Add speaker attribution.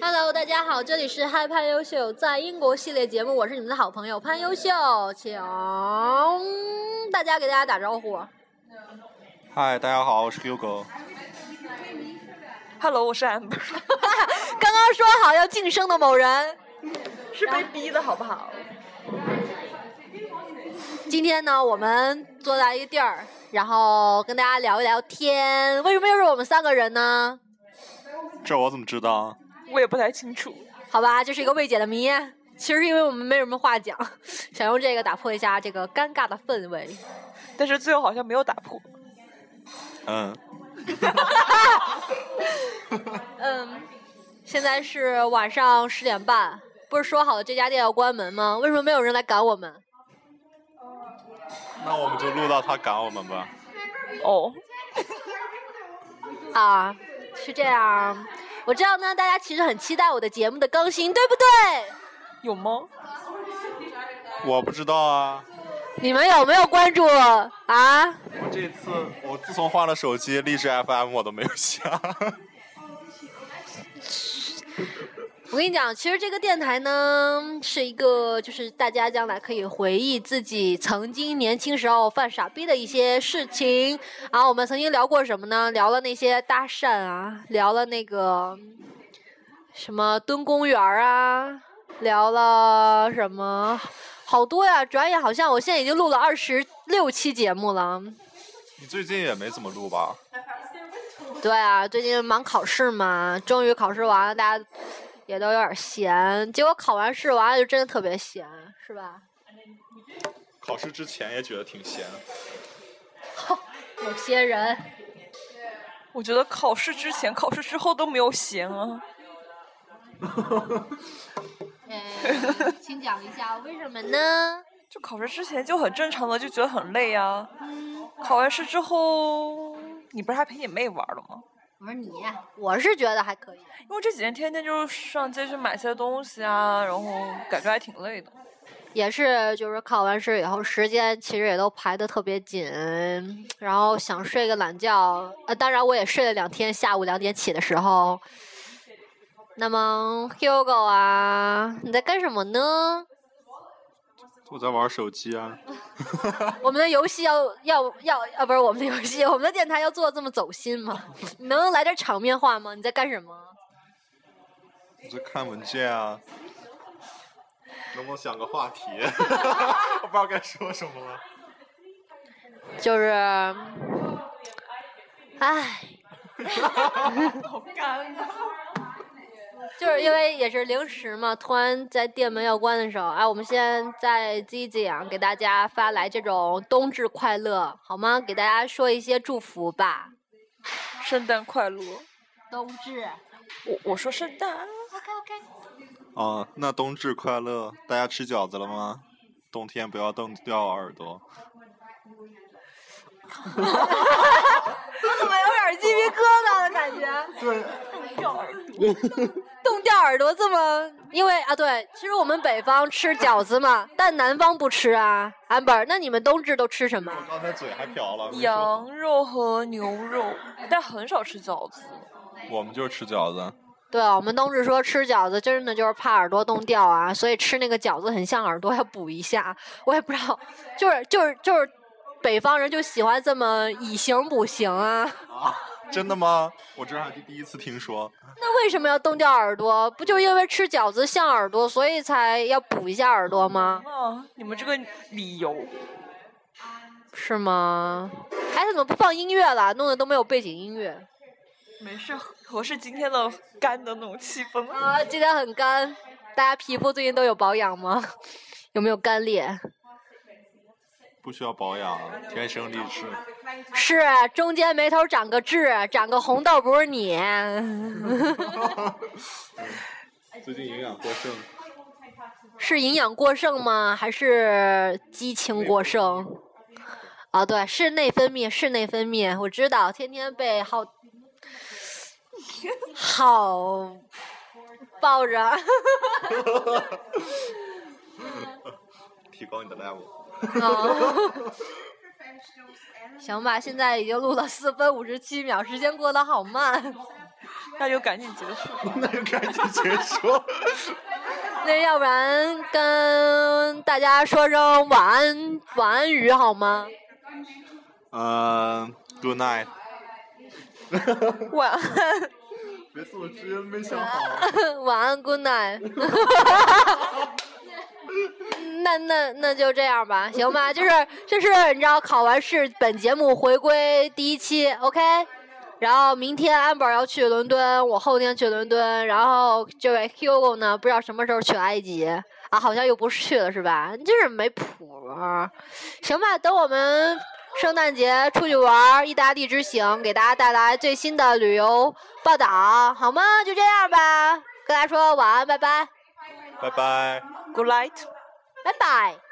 Speaker 1: Hello，大家好，这里是嗨潘优秀在英国系列节目，我是你们的好朋友潘优秀，请大家给大家打招呼。
Speaker 2: 嗨，大家好，我是 Hugo。
Speaker 3: Hello，我是 Amber，
Speaker 1: 刚刚说好要晋升的某人，
Speaker 3: 是被逼的好不好？
Speaker 1: 今天呢，我们坐在一个地儿，然后跟大家聊一聊天。为什么又是我们三个人呢？
Speaker 2: 这我怎么知道啊？
Speaker 3: 我也不太清楚。
Speaker 1: 好吧，这是一个未解的谜。其实是因为我们没什么话讲，想用这个打破一下这个尴尬的氛围。
Speaker 3: 但是最后好像没有打破。
Speaker 2: 嗯，
Speaker 1: 嗯，现在是晚上十点半，不是说好了这家店要关门吗？为什么没有人来赶我们？
Speaker 2: 那我们就录到他赶我们吧。
Speaker 3: 哦，
Speaker 1: 啊，是这样。我知道呢，大家其实很期待我的节目的更新，对不对？
Speaker 3: 有吗？
Speaker 2: 我不知道啊，
Speaker 1: 你们有没有关注我啊？
Speaker 2: 我这次我自从换了手机，荔枝 FM 我都没有下。
Speaker 1: 我跟你讲，其实这个电台呢，是一个就是大家将来可以回忆自己曾经年轻时候犯傻逼的一些事情。然后我们曾经聊过什么呢？聊了那些搭讪啊，聊了那个什么蹲公园儿啊，聊了什么好多呀。转眼好像我现在已经录了二十六期节目了。
Speaker 2: 你最近也没怎么录吧？
Speaker 1: 对啊，最近忙考试嘛，终于考试完了，大家也都有点闲。结果考完试完了就真的特别闲，是吧？
Speaker 2: 考试之前也觉得挺闲。
Speaker 1: 有些人
Speaker 3: 我觉得考试之前、考试之后都没有闲啊。
Speaker 1: 呃，请讲一下为什么呢？
Speaker 3: 就考试之前就很正常的，就觉得很累啊。考完试之后，你不是还陪你妹玩了吗？
Speaker 1: 我说你，啊我是觉得还可以。
Speaker 3: 因为这几天天天就是上街去买些东西啊，然后感觉还挺累的。
Speaker 1: 也是，就是考完试以后，时间其实也都排的特别紧，然后想睡个懒觉。呃，当然我也睡了两天，下午两点起的时候。那么，Hugo 啊，你在干什么呢？
Speaker 2: 我在玩手机啊。
Speaker 1: 我们的游戏要要要啊，不是我们的游戏，我们的电台要做的这么走心 吗？你能来点场面话吗？你在干什么？
Speaker 2: 我在看文件啊。能不能想个话题？ 我不知道该说什 么了。
Speaker 1: 就是，唉，
Speaker 3: 好尴尬。
Speaker 1: 就是因为也是零食嘛，突然在店门要关的时候，啊，我们现在积极啊，给大家发来这种冬至快乐，好吗？给大家说一些祝福吧。
Speaker 3: 圣诞快乐！
Speaker 1: 冬至
Speaker 3: 我我说圣诞，
Speaker 1: ，OK OK。
Speaker 2: 啊，那冬至快乐！大家吃饺子了吗？冬天不要冻掉耳朵。
Speaker 1: 我怎么有点鸡皮疙瘩的感觉？
Speaker 2: 对，
Speaker 1: 冻掉耳朵这么，因为啊，对，其实我们北方吃饺子嘛， 但南方不吃啊。安本儿，那你们冬至都吃什么？
Speaker 2: 刚才嘴还瓢了。没说
Speaker 3: 羊肉和牛肉，但很少吃饺子。
Speaker 2: 我们就是吃饺子。
Speaker 1: 对啊，我们冬至说吃饺子，真的就是怕耳朵冻掉啊，所以吃那个饺子很像耳朵，要补一下。 我也不知道，就是就是就是，北方人就喜欢这么以形补形啊。
Speaker 2: 啊，真的吗？我这还是第一次听说。
Speaker 1: 那为什么要冻掉耳朵？不就是因为吃饺子像耳朵，所以才要补一下耳朵吗？
Speaker 3: 啊，你们这个理由，
Speaker 1: 是吗？哎，怎么不放音乐了？弄得都没有背景音乐。
Speaker 3: 没事，合适今天的干的那种气氛。
Speaker 1: 啊，今天很干，大家皮肤最近都有保养吗？有没有干裂？
Speaker 2: 不需要保养，天生丽 质。
Speaker 1: 是，啊中间眉头长个痣，长个红豆不是你。
Speaker 2: 嗯最近营养过剩，
Speaker 1: 是营养过剩吗？还是激情过剩？啊，对，是内分泌，是内分泌，我知道，天天被好，好抱着。
Speaker 2: 提高你的 level。
Speaker 1: 哦行吧，现在已经录了四分五十七秒，时间过得好慢。
Speaker 3: 那就赶紧结束。
Speaker 2: 那就赶紧结 束。
Speaker 1: 那要不然跟大家说声晚安，晚安语好吗？
Speaker 2: 嗯，Good night。
Speaker 3: 晚安，
Speaker 2: 别这么直接，没想好。
Speaker 1: 晚安，good night。那那那就这样吧，行吧，就是就是你知道考完试，本节目回归第一期，OK。然后明天安宝要去伦敦，我后天去伦敦，然后这位 Hugo 呢，不知道什么时候去埃及啊，好像又不是去了是吧？你真是没谱儿。行吧，等我们圣诞节出去玩儿意大利之行，给大家带来最新的旅游报道，好吗？就这样吧，跟大家说晚安，拜拜，
Speaker 2: 拜拜。
Speaker 3: ，Good night。
Speaker 1: 拜拜。